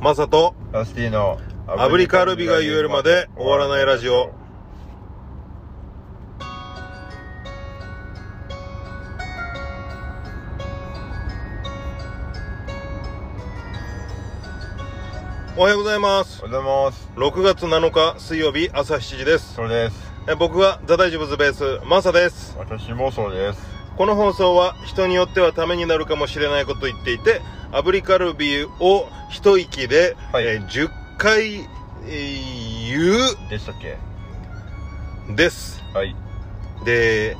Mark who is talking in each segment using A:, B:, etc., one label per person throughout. A: マサと
B: ラスティの
A: 炙りカルビが言えるまで終わらないラジオ。おはようございます
B: おはようございます
A: 6月7日水曜日朝7時です
B: それです
A: え僕はザ・大丈夫ズベースマサです
B: 私もそうです
A: この放送は人によってはためになるかもしれないことを言っていて炙りカルビを一息で、
B: はい
A: えー10回、えー言
B: でしたっけ
A: うです
B: はい
A: で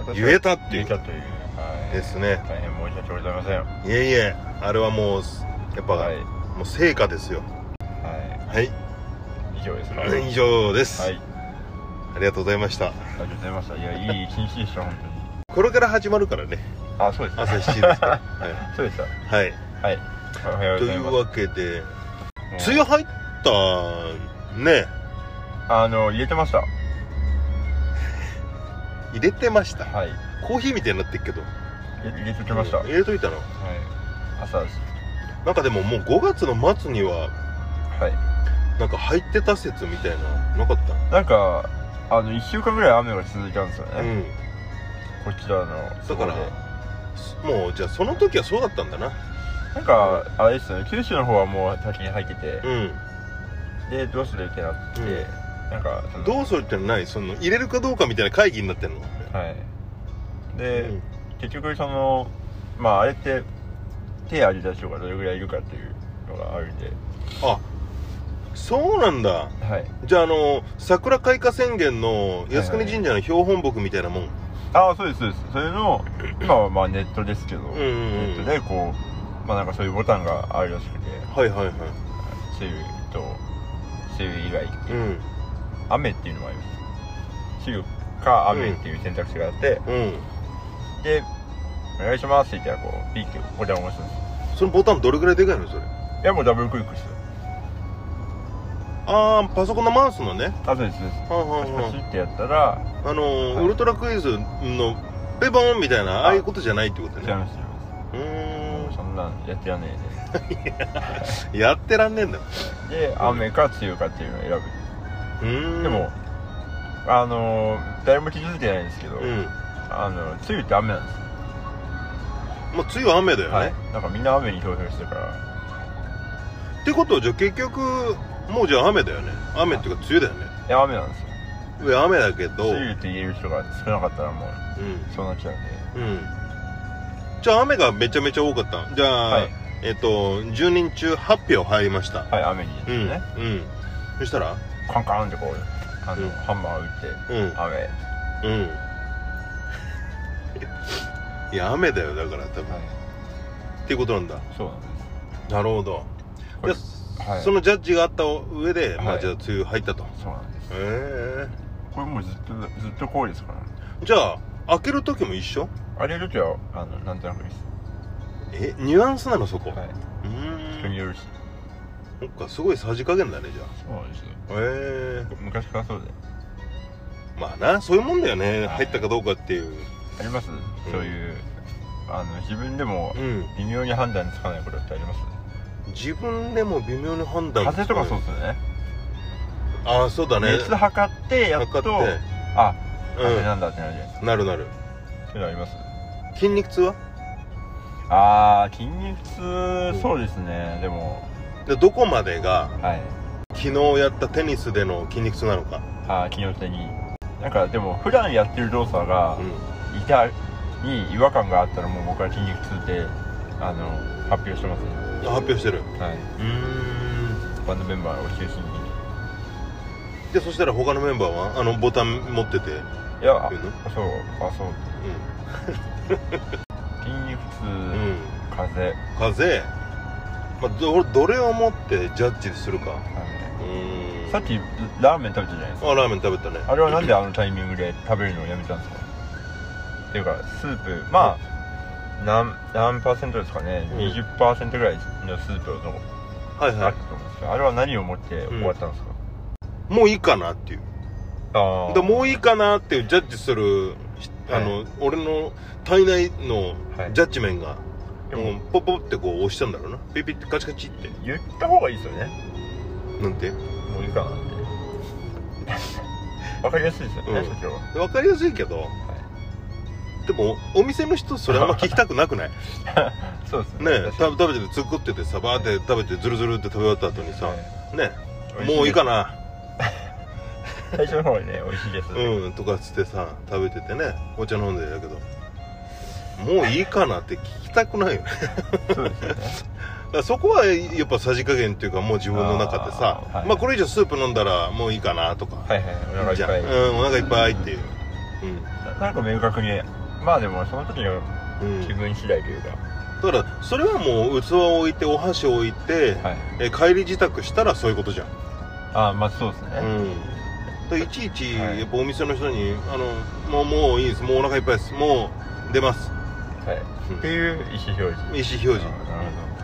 B: 私
A: 言えたっていう
B: 言えたというはい
A: ですね
B: 大変申し訳ございません
A: いえいえあれはもうやっぱ、
B: はい
A: もう成果ですよ
B: は
A: はい、
B: い以上ですね
A: 以上です、
B: はい
A: ありがとうございました
B: ありがとうございましたいやいい一日でした本当に
A: これから始まるからね
B: あそうです
A: 朝7時です からは
B: そうでした
A: い、はい、
B: はいおはよう
A: と
B: ご
A: い
B: ざいま
A: う
B: す
A: わけで
B: もう
A: 梅雨入ったね
B: あの入れてました
A: 入れてました
B: はい
A: コーヒーみたいになってっけど
B: 入れ入れてきましたは
A: 入
B: い
A: れといたの
B: 朝はい
A: なんかでももう5月の末にはなんか入ってた説みたいなのなかった
B: なんかあの1週間ぐらい雨が続いたんですよ
A: う
B: ね
A: ん
B: こちらの
A: だからもうじゃあその時はそうだったんだな
B: なんかあれですよね九州の方はもう先に入ってて
A: うん
B: でどうするってなって、
A: うん
B: なんかその
A: どうするってのないその入れるかどうかみたいな会議になってんの
B: はい
A: うん
B: で、結局そのまああれって手ありた人がどれぐらいいるかっていうのがあるんで
A: あそうなんだ
B: はい
A: じゃああの桜開花宣言の靖国神社の標本木みたいなもん、
B: ああそうですそうですそれの今はまあネットですけど、
A: うん
B: ネ
A: うん
B: ッ
A: う
B: ト
A: ん
B: でこうまあなんかそういうボタンがあるらしくて
A: はいはいはい
B: 梅雨と梅雨以外
A: うん
B: 雨っていうのもあります梅雨か雨っていう選択肢があって、
A: うん
B: で「お願いします」って言ったらこうピッてボタンを押すんですよ
A: そのボタンどれぐらいでかいのそれ
B: いやもうダブルクリックして
A: ああパソコンのマウスのね
B: あそうですそうです
A: はんはんは
B: パ
A: ん
B: シってやったら
A: あのー
B: はい
A: ウルトラクイズのベボンみたいな
B: あ
A: ああいうことじゃないってこと
B: 違い
A: ね
B: ます違いま
A: う
B: すもう
A: ー
B: そんなんやってらんね
A: んやってらんねえんだ
B: えでで雨か梅雨かっていうのを選ぶんで
A: うーん
B: すでもあのー誰も気づいてないんですけど、
A: うん
B: あの梅雨って雨なんですよ
A: まあ梅雨は雨だよね、
B: はいなんかみんな雨に投票してるから
A: ってことはじゃあ結局もうじゃあ雨だよね雨っていうか梅雨だよね
B: いや雨なんですよ
A: 上雨だけどう
B: 梅
A: ん
B: 雨って言える人が少なかったらもうそうなっちゃうんで
A: うんじゃあ雨がめちゃめちゃ多かったじゃあ、
B: はい
A: えっと10人中8票入りました
B: はい雨にです
A: う
B: ね、
A: ん、うんそしたら
B: カンカンってこうあの、
A: うん
B: ハンマー打って
A: うん
B: 雨
A: うん いや雨だよだから多分、っていうことなんだ
B: そうなんで
A: なるほど
B: すこ
A: じ
B: れ
A: ゃあ、
B: はい
A: そのジャッジがあった上で、ま
B: は
A: あ
B: い
A: じゃあ梅雨入ったとへ
B: そうなんです
A: え
B: これもうずっとずっとこうですから
A: じゃあ開ける時も一緒
B: あれる時はあのなんとなくです
A: えニュアンスなのそこ、
B: はいう人
A: ーん
B: によるし
A: そっかすごいさじ加減だねじゃ
B: そうですね
A: あへえ
B: 昔からそうで
A: まあなそういうもんだよね
B: はい
A: 入ったかどうかっていう
B: あります、そういうあの自分でも
A: うん
B: 微妙に判断つかないことってあります
A: 自分でも微妙に判断
B: 風邪とかそうですよね
A: ああそうだね
B: 熱測ってやっと
A: 測って
B: あ風邪
A: う
B: なんだってなるじゃないです
A: んなるなる
B: かっていうのあります
A: 筋肉痛は
B: あー筋肉
A: うん
B: 痛そうですねでも
A: でどこまでが
B: はい
A: 昨日やったテニスでの筋肉痛なのか
B: あー筋肉痛になんかでも普段やってる動作が
A: うん
B: 痛に違和感があったらもう僕は筋肉痛であの発表してますね
A: あ発表してる
B: はいう
A: ーん
B: バンドメンバーを中心に
A: でそしたら他のメンバーはあのボタン持ってて
B: いやあ
A: 言うの
B: そうあそう
A: うん、うん、
B: 筋肉痛、風邪
A: 風邪、まあ、どどれを持ってジャッジするか
B: あのね
A: うーん
B: さっきラーメン食べたじゃないですか
A: あラーメン食べたね
B: あれはなんであのタイミングで食べるのをやめたんですかっていうかスープまあ何何パーセントですかね、
A: うん
B: 20%ぐらいのスープを飲む
A: はいは
B: あったと思うんですけどあれは何を持って終わったんですか、
A: いもういいかなっていう
B: ああ
A: でもういいかなっていうジャッジするひあの、俺の体内の
B: はい
A: ジャッジメンが
B: で
A: も
B: も
A: うポッポッってこう押したんだろうなピピってカチカチって
B: 言った方がいいですよね
A: なんて
B: もういいかなってわかりやすいですよね、
A: うん
B: 社長は
A: 分かりやすいけど、でもお店の人それあんま聞きたくな くないね
B: そうですね
A: えた食べててつっこっててさバーって食べてズルズルって食べ終わった後にさ、ねえもういいか
B: な
A: な
B: 最初の方にね美味しいです、
A: うんとかっつってさ食べててねお茶飲んでだけどもういいかなって聞きたくないよね
B: そうですよね
A: だからそこはやっぱさじ加減っていうかもう自分の中でさ
B: あーはい
A: まあこれ以上スープ飲んだらもういいかなとか、
B: はいはいお腹い
A: じ
B: っ
A: ゃ
B: ぱい
A: あうんお腹いっぱいっていう
B: ななんか明確にまあでもその時の
A: うん、うん、
B: 気分次第というか、
A: だからそれはもう器を置いてお箸を置いて、
B: はい
A: え帰り自宅したらそういうことじゃん、
B: ああまあそうですね、
A: うんだからいちいち
B: はい
A: やっぱお店の人に「あのもうもういいですもうお腹いっぱいですもう出ます
B: はい、
A: うん
B: っていう意思表示」
A: 意思表示
B: あーなる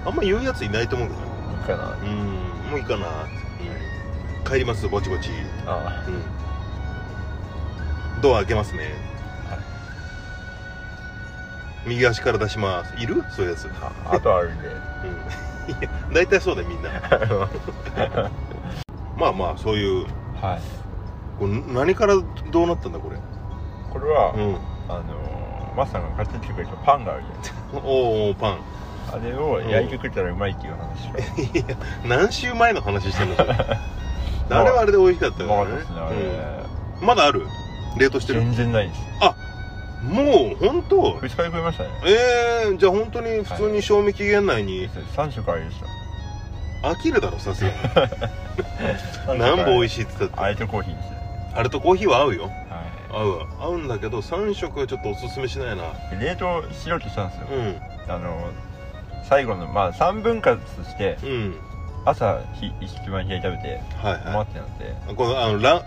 A: あんま言うやついないと思うけどね
B: ほどいいかな
A: うんもういいかな、帰りますぼちぼち、
B: あ
A: うんドア開けますね、右足から出しますいるそういうやつ、うん、
B: ーああとあ るんで
A: いや大体そうだよみんな まあまあそういう
B: はい
A: これ何からどうなったんだこれ
B: これは、
A: うん
B: あのーマスさんが買ってきてくれたパンがあるじゃないですか
A: おーおーパン
B: あれを焼いてくれたらうまいっていう話を
A: いや何週前の話してんの それあれはあれで美味しかった
B: う
A: か
B: ま
A: ら
B: かった
A: ね
B: ですねあれ、
A: うんまだある冷凍してる
B: 全然ないです
A: もう本当
B: 2日で食いましたね
A: えー、じゃあ本当に普通に賞味期限内に
B: 3食ありました
A: 飽きるだろさすが に何本美味
B: しい
A: しいって言った
B: ア
A: っ
B: イ
A: て
B: トコーヒーですね
A: あれとコーヒーは合うよ
B: は
A: 合う合うんだけど3食はちょっとおすすめしないない
B: 冷凍しようとしたんですよ
A: う、ん
B: あの最後のまあ3分割して
A: うん
B: 朝ひ一番冷え食べて
A: はいは
B: 困ってなくて、
A: いこのあのラン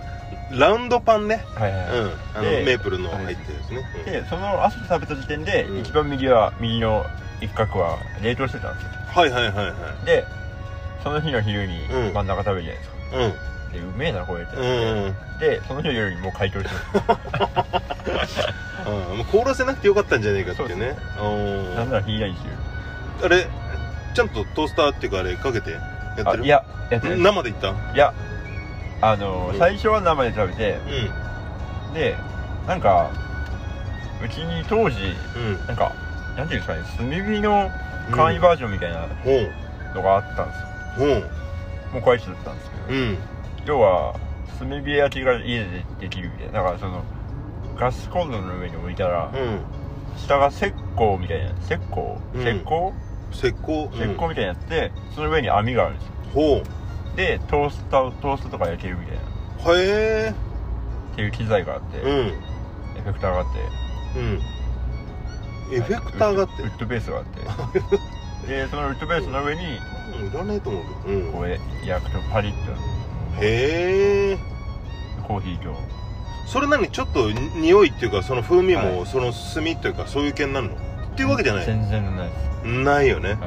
A: ラウンドパンね
B: はいは
A: う
B: い
A: ん
B: は
A: あの
B: で
A: メープルの入ってるですね
B: い、でその朝食べた時点で、
A: うん
B: 一番右は右の一角は冷凍してたんですよ
A: うんはいはいはいは
B: でその日の昼に
A: うん
B: 真ん中食べるじゃないですか、
A: い
B: でうめえなこれって、
A: うんうん
B: でその日の夜にもう解凍してま
A: うん、もう凍らせなくてよかったんじゃねえかっていうね
B: す
A: お
B: なん
A: ー
B: ならひいないですよ
A: あれちゃんとトースターっていうかあれかけてやって
B: あ
A: る
B: いややってないです
A: 生でいった
B: いやあのー
A: うん
B: 最初は生で食べて
A: うん
B: でなんかうちに当時
A: うん
B: なんかなんていうんですかね炭火の簡易バージョンみたいな
A: ほう
B: のがあったんですよ、
A: ほう
B: もう壊してたんですけど、
A: うん
B: 要は炭火焼きが家でできるみたいなだからそのガスコンロの上に置いたら、
A: うん
B: 下が石膏みたいな石膏
A: うん
B: 石膏、
A: 石膏うん
B: 石膏みたいなやつでその上に網があるんですよ
A: ほ
B: でトースタートーストとか焼けるみたいなっ
A: うへえ
B: ていう機材があって、
A: う
B: エ
A: ん
B: フェクターがあって
A: うんエフェクターがあって
B: ウッドベースがあ ってでそのウッドベースの上に
A: うんいらないと思うけどうん
B: こう焼くとパリッと
A: へえ
B: コーヒーと
A: それなにちょっと匂いっていうかその風味
B: は
A: もその炭っていうかそういう系になるのっていうわけじゃない
B: 全然ないです、
A: ないよね
B: は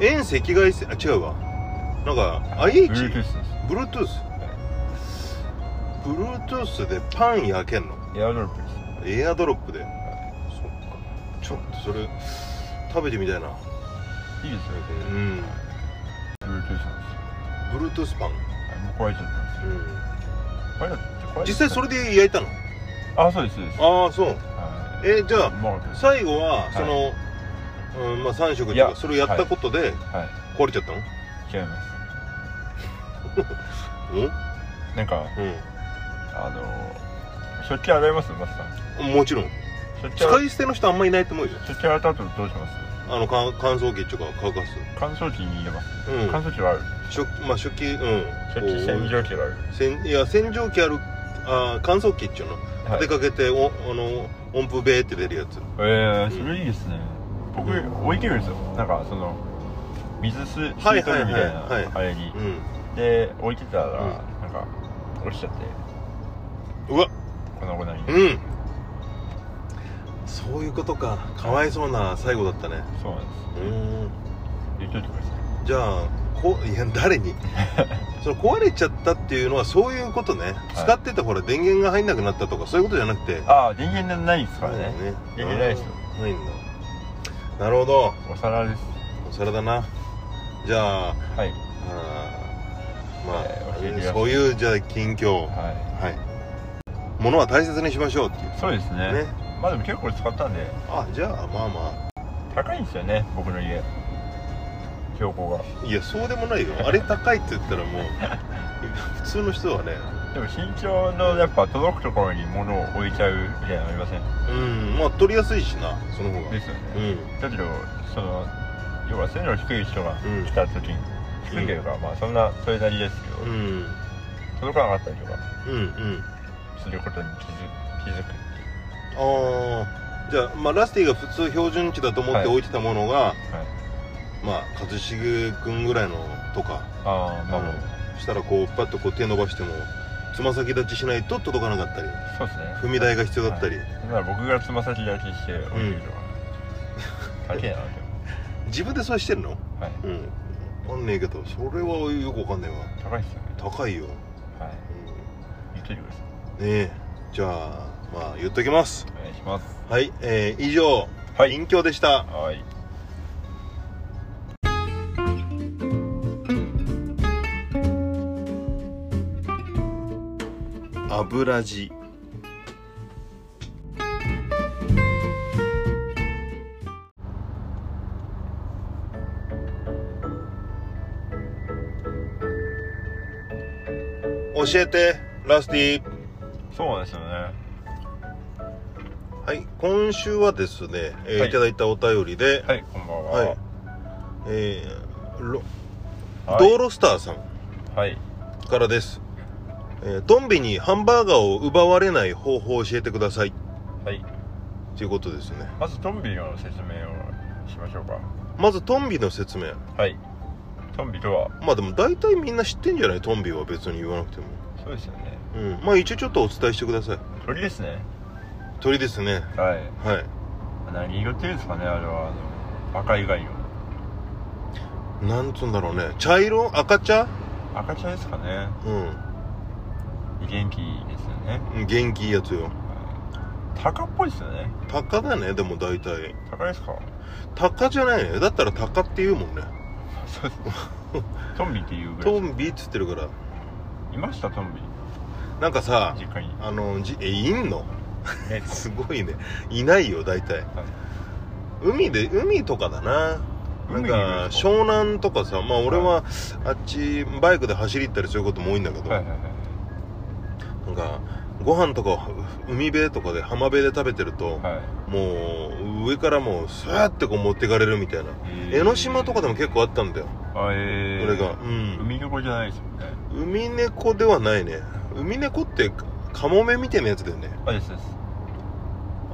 A: 遠赤外線あ違うわなんか
B: い、
A: IH
B: Bluetooth です
A: Bluetooth Bluetooth でパン焼けんの
B: エアドロップです
A: エアドロップでそっかちょっとそれ食べてみたいない
B: いですよ
A: うん
B: Bluetooth なんですよ
A: Bluetooth パン
B: もう壊れちゃったんですよこれだって壊れちゃった
A: 実際それで焼いたの
B: あそうですそうです
A: ああそう
B: はい
A: えじゃ
B: う
A: あ
B: まかったです
A: 最後は
B: はい
A: その、うんまあ3食って
B: い
A: いうか
B: や
A: それをやったことで
B: は
A: 壊れちゃったの、
B: い違います
A: うん
B: なんかあの食器洗いますマスさん
A: うんもちろん
B: 食器
A: 使
B: 洗い
A: い捨ての人あんまいないと思うよ
B: 食器洗った後どうします
A: あの乾乾燥機っていうか乾かす
B: 乾燥機に入れます
A: うん
B: 乾燥機はある
A: 食まあ食器うん
B: 食器洗浄機がある
A: 洗いや洗浄機あるあー乾燥機っていうの、
B: はい
A: 出かけておあの音符ベーって出るやつ
B: えーそれいいですね僕
A: うん
B: 置いてるんですよなんかその水す吸い
A: はい
B: 取
A: はいはい
B: るみたいな
A: はい
B: あれに
A: うん
B: で置いてたら
A: うん
B: なんか落ちちゃって
A: うわ
B: 粉々に
A: うんそういうことかかわいそうな最後だったね
B: そうなんで
A: うん
B: す言っといてください
A: じゃあこいや誰 にその壊れちゃったっていうのはそういうことね、
B: い
A: 使ってたほら電源が入んなくなったとかそういうことじゃなくて
B: ああ電源ないですからね
A: ね
B: 電源ないですよ
A: ないんだなるほど
B: お皿です
A: お皿だなじゃあ
B: はい
A: あーまあ、
B: えー教えてください
A: そういうじゃあ近況は
B: はい
A: ものは大切にしましょうっていう
B: そうですね
A: ね
B: まあでも結構使ったんで
A: あじゃあまあま
B: 高いんですよね僕の家標高が
A: あいやそうでもないよあれ高いって言ったらもう 普通の人はね
B: でも身長のやっぱ届くところに物を置いちゃうみたいなのありません
A: うんまあ取りやすいしなその方が
B: ですよね、
A: うん
B: だけどその要は背の低い人が
A: うん
B: 来た時に、低いというかまあそんなそれなりですけど、
A: うん
B: 届かなかったりとか
A: うんうん
B: することに気づ気づくってい
A: あ
B: う
A: あじゃあ、まあ、ラスティが普通標準値だと思って
B: はい
A: 置いてたものが、
B: はい
A: まあ一茂君ぐらいのとか
B: ああまあ、
A: うんしたらこうパッとこう手伸ばしてもつま先立ちしないと届かなかったり
B: そうですね
A: 踏み台が必要だったり、
B: だから僕がつま先立ちして降りるとか、高えなって
A: 自分でそれしてんの
B: はい
A: うんわかんねえけどそれはよくわかんねえわ
B: 高いっすよね
A: 高いよ、
B: はい
A: うん
B: 言っといてください
A: ねえじゃあまあ言っときます
B: お願いします
A: はいえー、以上
B: はい
A: 隠居でした
B: はい
A: 油地教えてラスティ
B: そうなんですよね
A: はい今週はですね、えー
B: はい
A: い、ただいたお便りで、
B: はいこんばんは
A: はいえーロ
B: はい
A: ドーロスターさん
B: はい
A: からです、えートンビにハンバーガーを奪われない方法を教えてください
B: はい
A: ということですね
B: まずトンビの説明をしましょうか
A: まずトンビの説明
B: はいトンビとは
A: まあでも大体みんな知ってんじゃないトンビは別に言わなくても、
B: そうですよね
A: うん、まあ一応ちょっとお伝えしてください
B: 鳥ですね
A: 鳥ですね
B: はい
A: はい
B: 何色っていうんですかねあれはあの赤以外の
A: なんつうんだろうね茶色赤茶
B: 赤茶ですかね
A: う
B: 元気ですよね、
A: ん元気いいやつよ
B: はい、鷹っぽいですよね
A: タカだねでも大体
B: 鷹ですか
A: タカじゃないねだったらタカって言うもんね
B: そうですトンビっていうぐら
A: ト
B: い
A: ンビっつってるから
B: いましたトンビ
A: なんかさ
B: 実家に
A: あのじえいんの
B: ね
A: すごいねいないよ大体
B: はい
A: 海で海とかだななん
B: 海にいる
A: か
B: んです
A: 湘南とかさまあ俺はあっちバイクで走り行ったりすることも多いんだけど、
B: かはいはいはい
A: なんかご飯とかを海辺とかで浜辺で食べてると、
B: はい
A: もう上からもうスーってこう持ってかれるみたいな江ノ島とかでも結構あったんだよ、
B: あえー、
A: 俺がうん
B: 海猫じゃないですよね
A: 海猫ではないね海猫ってカモメみたいなやつだよね
B: あですです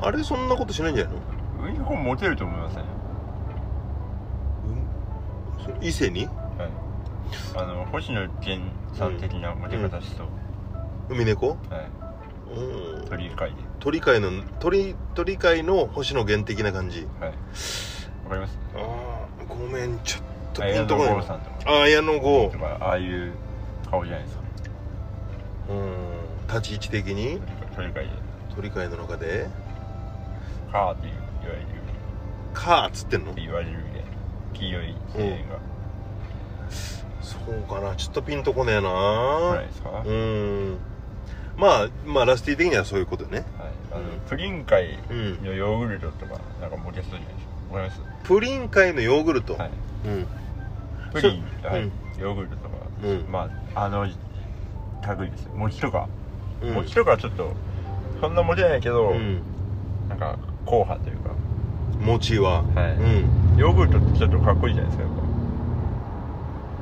A: あれそんなことしないんじゃないの
B: 海猫モテると思いません
A: うんそれ伊勢に
B: はいあの星野源さん的なモテ方しそう、
A: 海猫
B: はい
A: うん
B: 鳥会で
A: 鳥界の鳥鳥界の星野源的な感じ
B: はいわかります
A: ああごめんちょっとピ
B: 綾
A: ンとこない
B: 野剛
A: な
B: さんとか
A: あ綾野剛
B: とかああいう顔じゃないですか
A: うん立ち位置的に
B: 鳥会で
A: 鳥界の中で
B: カーっていう言われる
A: 「か」っつってんの
B: って言われるみたいな黄色い声援が
A: そうかなちょっとピンとこねえな
B: 来ないですか、は
A: う
B: い
A: んまあまあラスティ的にはそういうことね
B: あの
A: うん
B: プリン界
A: うん
B: のヨーグルトとかなんかモテそうじゃないですかわかります
A: プリン界のヨーグルト、
B: はい
A: うん
B: プリン、はい
A: うん
B: ヨーグルトとか、
A: うん
B: まああの類ですよ餅とか、
A: うん
B: 餅とかはちょっとそんな餅じゃないけど、
A: うん
B: なんか硬派というか、
A: 餅は、
B: はい
A: うん
B: ヨーグルトってちょっとかっこいいじゃないですかやっ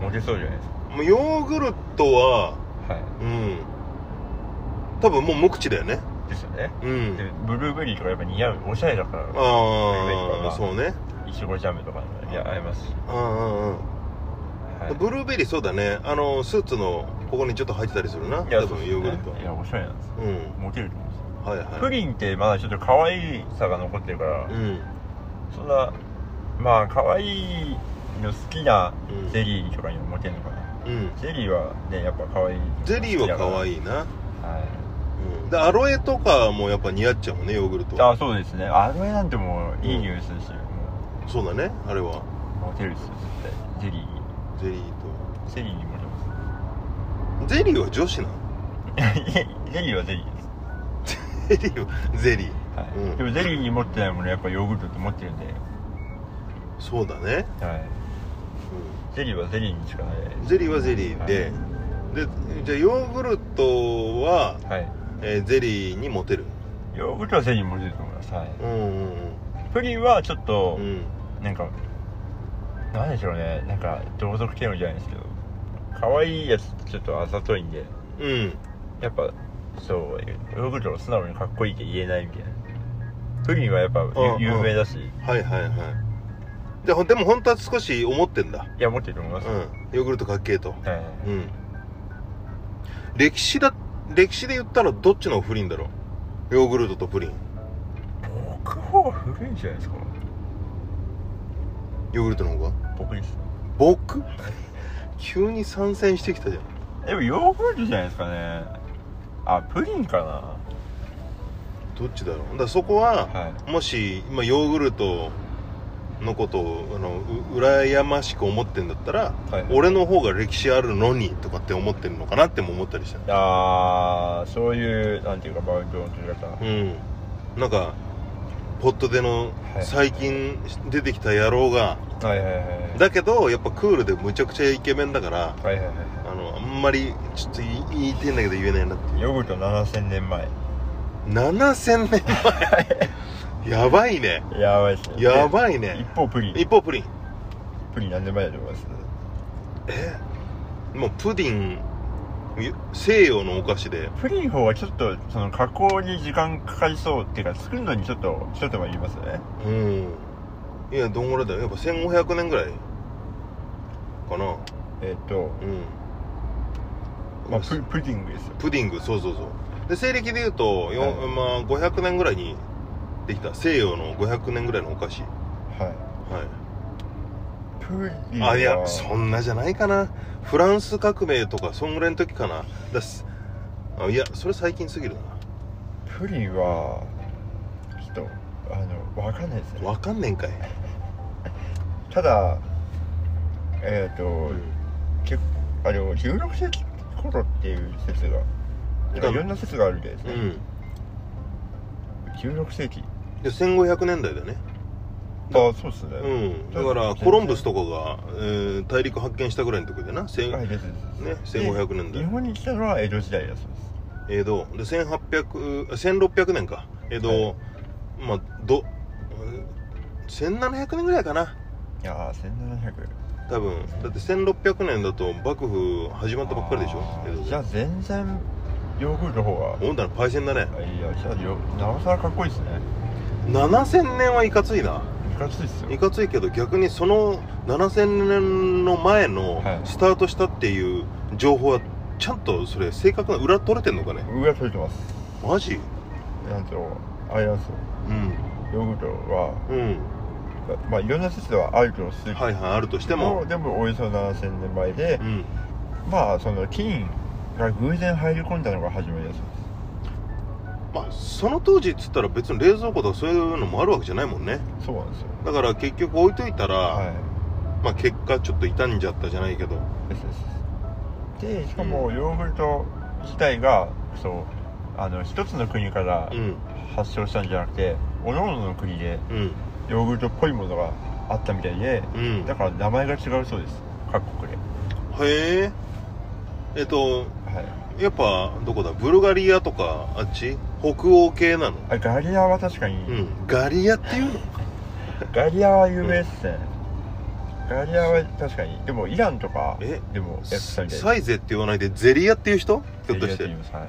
B: ぱモテそうじゃないです
A: もうヨーグルトは
B: かは
A: うん多分もう無口だよね
B: いですよね
A: う
B: で
A: ん
B: ブルーベリーとかやっぱ似合うおしゃれだから
A: ああそうね
B: いちごジャムとかにいや合いますし、
A: うんうん
B: は
A: うんブルーベリーそうだねあのスーツのここにちょっと入ってたりするない
B: や
A: 多分ヨーグルト
B: いやおしゃれなんですよ
A: うん
B: モテると思うんですよ
A: はいはい
B: プリンってまだちょっと可愛いさが残ってるから、
A: うん
B: そんなまあ可愛いの好きなゼリーとかにもモテるのかな、
A: うん
B: ゼリーはねやっぱ可愛い
A: ゼリーは可
B: い、
A: 愛いな
B: は
A: でアロエとかもやっぱ似合っちゃうもんねヨーグルト
B: い、あそうですねアロエなんてもういい匂いするし、も
A: そうだねあれは
B: モテるっすよ絶対ゼリー
A: ゼリー
B: ゼリーにもります
A: とゼリーは女子なの
B: ゼリーはゼリーで
A: ゼ
B: す
A: リーはゼリー
B: はい、
A: うん
B: でもゼリーに持ってないものやっぱヨーグルトって持ってるんで、
A: そうだね、
B: はい、ゼリーはゼリーにしかない
A: うん、ゼリーはゼリーで、でじゃあヨーグルトは、
B: はい、はい
A: えーゼリーにモテる
B: ヨーグルトはゼリーにも出てると思います、はい
A: うんうん
B: プリンはちょっ
A: う
B: と
A: ん、うん
B: なんかなんでしょうねなんか同族嫌悪じゃないですけど可愛いやつってちょっとあざといんで
A: うん
B: やっぱそうヨーグルトを素直にかっこいいって言えないみたいなプリンはやっぱゆ
A: うんうん
B: 有名だしい
A: はいはいはいでほんでも本当は少し思ってんだ
B: や持ってると思います、はい
A: うんヨーグルトかっけえとうん歴史だ歴史で言ったらどっちの方が古いんだろうヨーグルトとプリン
B: 僕は古いんじゃないですか
A: ヨーグルトの方が
B: 僕です
A: 僕 急に参戦してきたじゃん
B: でもヨーグルトじゃないですかねあプリンか
A: どっちだろうだからそこは、
B: なはい
A: もし今ヨーグルトのことをあのう羨ましく思ってんだったら
B: はい
A: 俺の方が歴史あるのにとかって思ってるのかなっても思ったりした
B: あーそういうなんていうかバウンドの取り方、
A: うんなんかポットでの
B: はい
A: 最近出てきた野郎が
B: はいはいはいはい
A: だけどやっぱクールでむちゃくちゃイケメンだから
B: はいはいはい
A: あのあんまりちょっと言い言いてんだけど言えないなって
B: ヨーグルト7000年前
A: 7000年前やばいね
B: やばいっすね
A: やばい
B: で一
A: ね
B: 方プリン
A: 一方プリン
B: プリン何年前だと思います
A: えもうプディンゆ西洋のお菓子で
B: プリン方はちょっとその加工に時間かかりそうっていうか作るのにちょっと一手間いりますよね
A: うんいやどんぐらいだよやっぱ1500年ぐらいかな
B: えっ、と、
A: うん
B: まあ、ププディングですよ
A: プディングそうそうそうで西暦でいうと、よ
B: はい
A: まあ、500年ぐらいにできた西洋の500年ぐらいのお菓子
B: は
A: はい
B: いプリンは
A: あいやそんなじゃないかなフランス革命とかそんぐらいの時かなだすあいやそれ最近すぎる
B: プリンはちょっとあのわかんないです
A: な
B: ね
A: わかんねんかい、
B: ただえっ、と結構あの16世紀頃っていう説がなんかいろんな説があるみたいです
A: う
B: ね、
A: ん
B: 16世紀
A: で1500年代だよね
B: あそうですね
A: うんだからコロンブスとかが、えー大陸発見したぐらいの時でな千、
B: は
A: ね、
B: いですです
A: 1500年
B: 日
A: 代
B: 本に来たのは江戸時代だそうです
A: 江戸で1800あ1600年か江戸、
B: は
A: まあどうん1700年ぐらいかない
B: やー1700
A: 多分だって1600年だと幕府始まったばっかりでしょ
B: あ
A: 江戸
B: ー
A: で
B: じゃあ全然ヨーグルトの方が
A: ほんだらパイセンだね
B: あいやじゃあよなおさらかっこいいですね
A: 7000年はいかついない
B: かついっすよ
A: いかついけど逆にその7000年の前の
B: はい
A: スタートしたっていう情報はちゃんとそれ正確な裏取れてんのかね
B: 上が取れてます
A: マジ
B: なんとあれなんですよ
A: うん
B: ヨーグルトは
A: うん
B: まあいろんな説ではあるとするけど
A: はいはいあるとしても
B: でもおよそ7000年前で
A: う、ん
B: まあその金が偶然入り込んだのが始まりだそうです
A: まあその当時っつったら別に冷蔵庫とかそういうのもあるわけじゃないもんね
B: そうなんですよ
A: だから結局置いといたら、
B: は
A: まあ結果ちょっと傷んじゃったじゃないけど
B: いですですでしかもヨーグルト自体がそうあの一つの国から
A: うん
B: 発祥したんじゃなくておののの国で
A: うん
B: ヨーグルトっぽいものがあったみたいで
A: うん
B: だから名前が違うそうです各国で
A: へええっと
B: はい
A: やっぱどこだブルガリアとかあっち北欧系なの
B: あガリアは確かに、
A: うんガリアっていうの
B: ガリアは有名っすね、ガリアは確かにでもイランとか
A: え
B: でもやってたみたいです
A: サイゼって言わないでゼリアっていう人ひょっとし
B: ジョ
A: て
B: ブズって言いますはい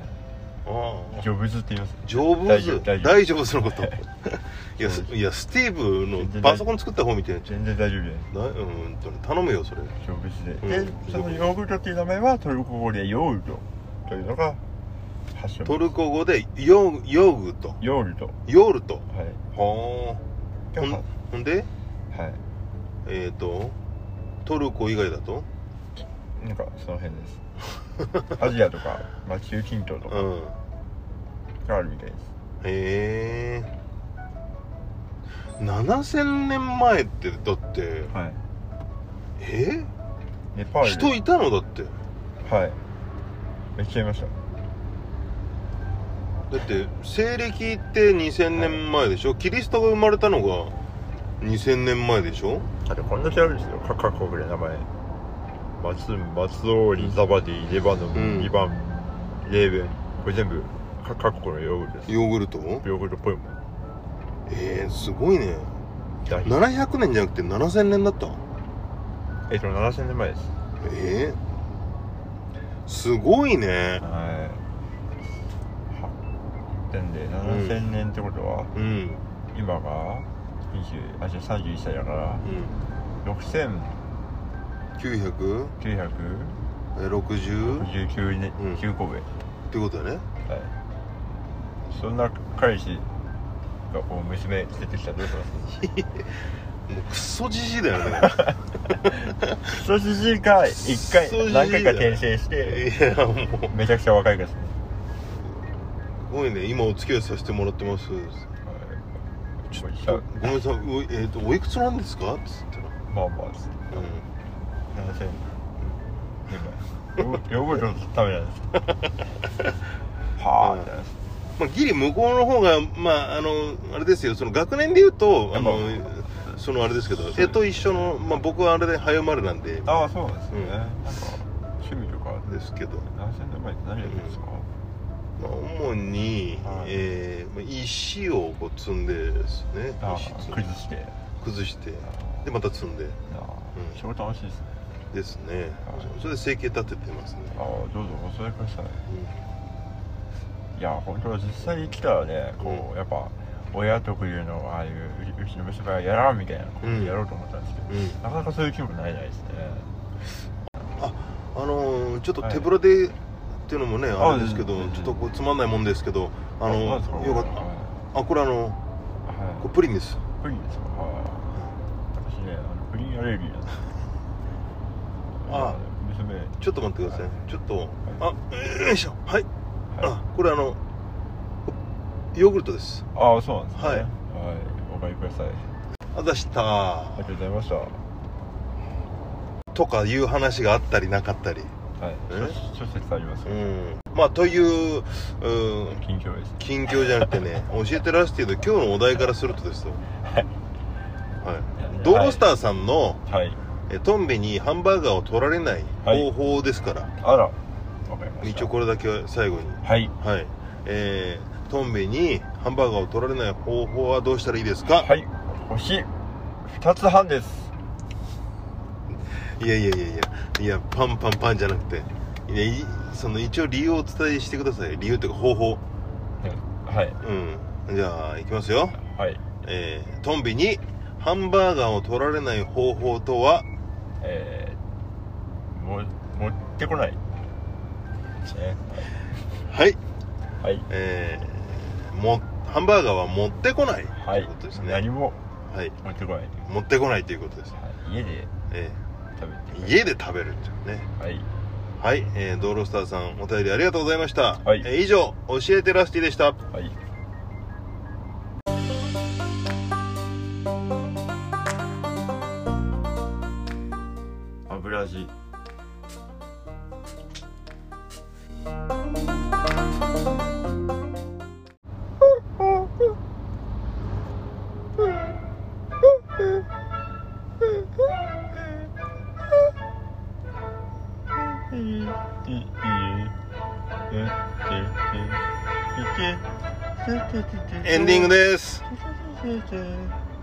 A: ああ
B: ジョブズって言います
A: ジョブズ
B: 大丈夫
A: 大丈夫そのこと いや
B: そうです
A: いやスティーブのパソコン作った方みたいな
B: 全然大丈夫です
A: なうんとね頼むよそれ
B: ジョブズで、
A: うん
B: でそのヨーグルトっていう名前はトルコ語でヨーグルトというのが発祥
A: トルコ語でヨーヨーグと
B: ヨーグルトは
A: ヨールと
B: い
A: ほーほ
B: が
A: んほんで
B: はい
A: えっ、とトルコ以外だと
B: なんかその辺です アジアとか、まあ、中近東と
A: う
B: か
A: ん
B: があるみたいです
A: へえ7000年前ってだって
B: はい
A: え
B: ネパール
A: 人いたのだって
B: はいめっちゃいました
A: だって西暦って2000年前でしょ、キリストが生まれたのが2000年前でしょ
B: だってこんだけあるんですよ各国で名前松松尾リザバディレバノ
A: うん
B: ンリバン、レーベンこれ全部各各国のヨーグルトです
A: ヨーグルト
B: ヨーグルトっぽいもん
A: えー、すごいね
B: 大ヒット
A: 700年じゃなくて7000年だった
B: えっと7000年前です
A: えー、すごいね
B: はいはなんで7000年ってことは、
A: うん
B: 今が20あじゃあ31歳だから
A: うん960っう
B: 6969年
A: ん
B: 9個上、
A: てことだね
B: はいそんな彼氏がこう娘連れてきたらどうします
A: もうクソじじいだ よね
B: クソじじいか一
A: ク
B: 回
A: ソじじいだ
B: 何回か転生して
A: いやもう
B: めちゃくちゃ若いからですね、
A: すごいね今お付き合いさせてもらってますちょっとごめんなさいお,、えー、とおいくつなんですか?」っつったら
B: まあまあです
A: 「うん
B: 7000年前ヨーグルトのためなんですはあみたいな
A: まあ、ギリ向こうの方がまああのあれですよその学年で言うとあの
B: やっ
A: そのあれですけど
B: そうです
A: 絵と一緒の、まあ、僕はあれで早生まれなんで
B: ああそうですね、
A: うん
B: なんか趣味とか
A: ですけど、
B: 何千年前って何やってるんですか、
A: まあ、主に、
B: はい
A: えーまあ、石をこう積んでですね
B: ああ
A: 石積んで
B: 崩して
A: 崩して
B: あ
A: でまた積んで
B: あ
A: うん
B: 超楽しいですね
A: ですね
B: はい
A: それで生計立ててますね、
B: ああどうぞお座りくださいいや本当は実際に来たらねこうやっぱ親特有のああいうううちの娘がやらんみたいなこと
A: うん
B: やろうと思ったんですけど、
A: うん、うん
B: なかなかそういう気分ないないですね
A: あのーちょっと
B: はい
A: 手ぶらで、っていうのもね
B: あ
A: あれですけど
B: うん
A: ちょっとこうつまんないもんですけどあ
B: な
A: の
B: んですか
A: よかっ
B: は
A: たあこれあの
B: いはい
A: これプリンです
B: プリンですかはい私ねあのプリンアレルギーなんですよ
A: あ
B: 娘
A: ちょっと待ってください、
B: はい
A: ちょっとあよいしょはい、あこれあのヨーグルトです
B: ああそうなんですね
A: はい
B: はいお帰りください
A: あ出した
B: ありがとうございました
A: とかいう話があったりなかったり
B: はい
A: え
B: 諸諸説あります
A: う
B: よ、
A: んまあといううん
B: 近況です
A: 近況じゃなくて ね教えてらしてると今日のお題からするとですよはい、ドロスターさんの、
B: はい
A: えトンビにハンバーガーを取られない
B: はい
A: 方法ですから、
B: あらわかりました
A: 一応これだけは最後に
B: はい
A: はいえー、トンビにハンバーガーを取られない方法はどうしたらいいですか、
B: はい星二つ半です
A: い、やいやいやいやいやパンパンパンじゃなくていやいその一応理由をお伝えしてください理由というか方法
B: はい
A: うんじゃあいきますよ
B: はい
A: えー、トンビにハンバーガーを取られない方法とは
B: えー、も持ってこないですね
A: はい
B: はい
A: えー、もハンバーガーは持ってこない
B: は
A: とい
B: い、
A: うことですね
B: 何も
A: はい
B: 持ってこない、はい、
A: 持ってこないということです、
B: 家で
A: え
B: 食べ
A: ー
B: て
A: 家で食べるっていうね
B: はい
A: はい、えー、ドロスターさんお便りありがとうございました、
B: はい
A: えー以上教えてラスティでした
B: はい油味いいいいえ
A: エンディング
B: で
A: です、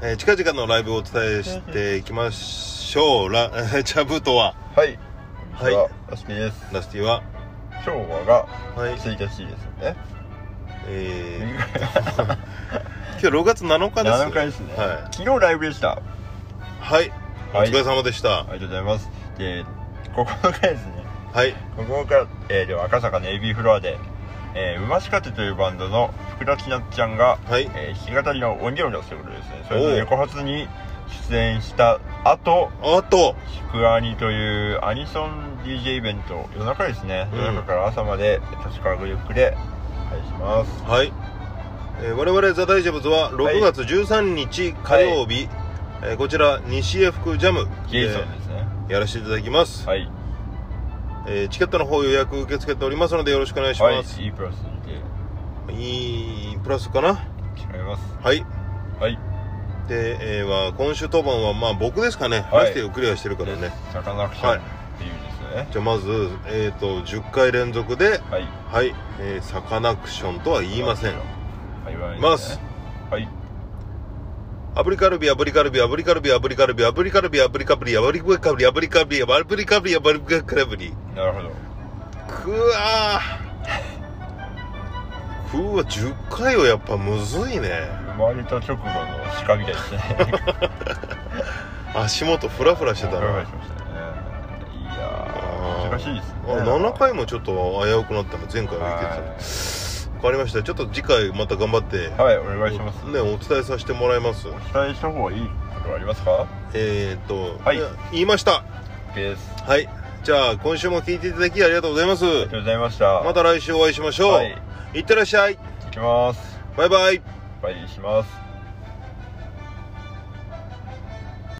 A: えー近々のライブをお伝えしていきましょうラ チャブとは
B: はい
A: はい
B: ラスキーです
A: ラスティは
B: 今日は
A: は
B: が
A: い
B: 1日ですよね
A: えー、今日6月7日です
B: 7日ですね、
A: は
B: 昨日ライブでし
A: い、
B: た
A: はい、
B: はい
A: お疲れ様でした
B: ありがとうございますでここからですね
A: はい
B: ここから、えーでは赤坂の AB フロアで、えー、馬仕掛けというバンドの福田千奈ちゃんが、
A: はい
B: えー、弾き語りの音源を出すということですねそれ
A: おう
B: の横発に出演した後
A: あと
B: 「ひくアニ」というアニソン DJ イベント夜中ですね、
A: うん
B: 夜中から朝まで立川グループで配信します
A: はい、えー我々ザ・ダイジェブズは6月13日火曜日、えーこちら西江福ジャム
B: ジェ
A: で
B: イソンですね
A: やらせていただきます、
B: はい
A: えーチケットの方予約受け付けておりますのでよろしくお願いします、
B: はい E プラスで
A: いいプラスかな
B: 違います
A: はい
B: はい
A: で、えーは今週当番はまあ僕ですかね、
B: はい
A: ラスティをクリアしてるからね
B: サカナクションっていうんですよね
A: じゃあまず、えー、と10回連続で
B: はい
A: はい、えーサカナクションとは言いません
B: はいはい
A: ます
B: はい
A: アブリカルビアブリカルビアブリカルビアブリカルビアブリカルビアブリカルビアブリカルビアブリカルビアブリカルビアブリカルビ
B: なるほど
A: くわーくわ10回はやっぱむずいね
B: 生まれた直後の鹿みたいですね
A: 足元フラフラしてた
B: 驚
A: な
B: きましたねい
A: あー
B: やー難しいですね
A: あ7回もちょっと危うくなったの前回はいけてた分かりましたちょっと次回また頑張って
B: はいはいお願いします
A: ねお伝えさせてもらいます
B: お伝えした方がいいことはありますか
A: えー、っと、
B: はい
A: や言いました
B: OK ですあ
A: はいじゃあ今週も聞いていただきありがとうございます
B: りがとうございました
A: また来週お会いしましょう、
B: はい
A: いってらっしゃい
B: 行きます
A: バイバイ
B: バイします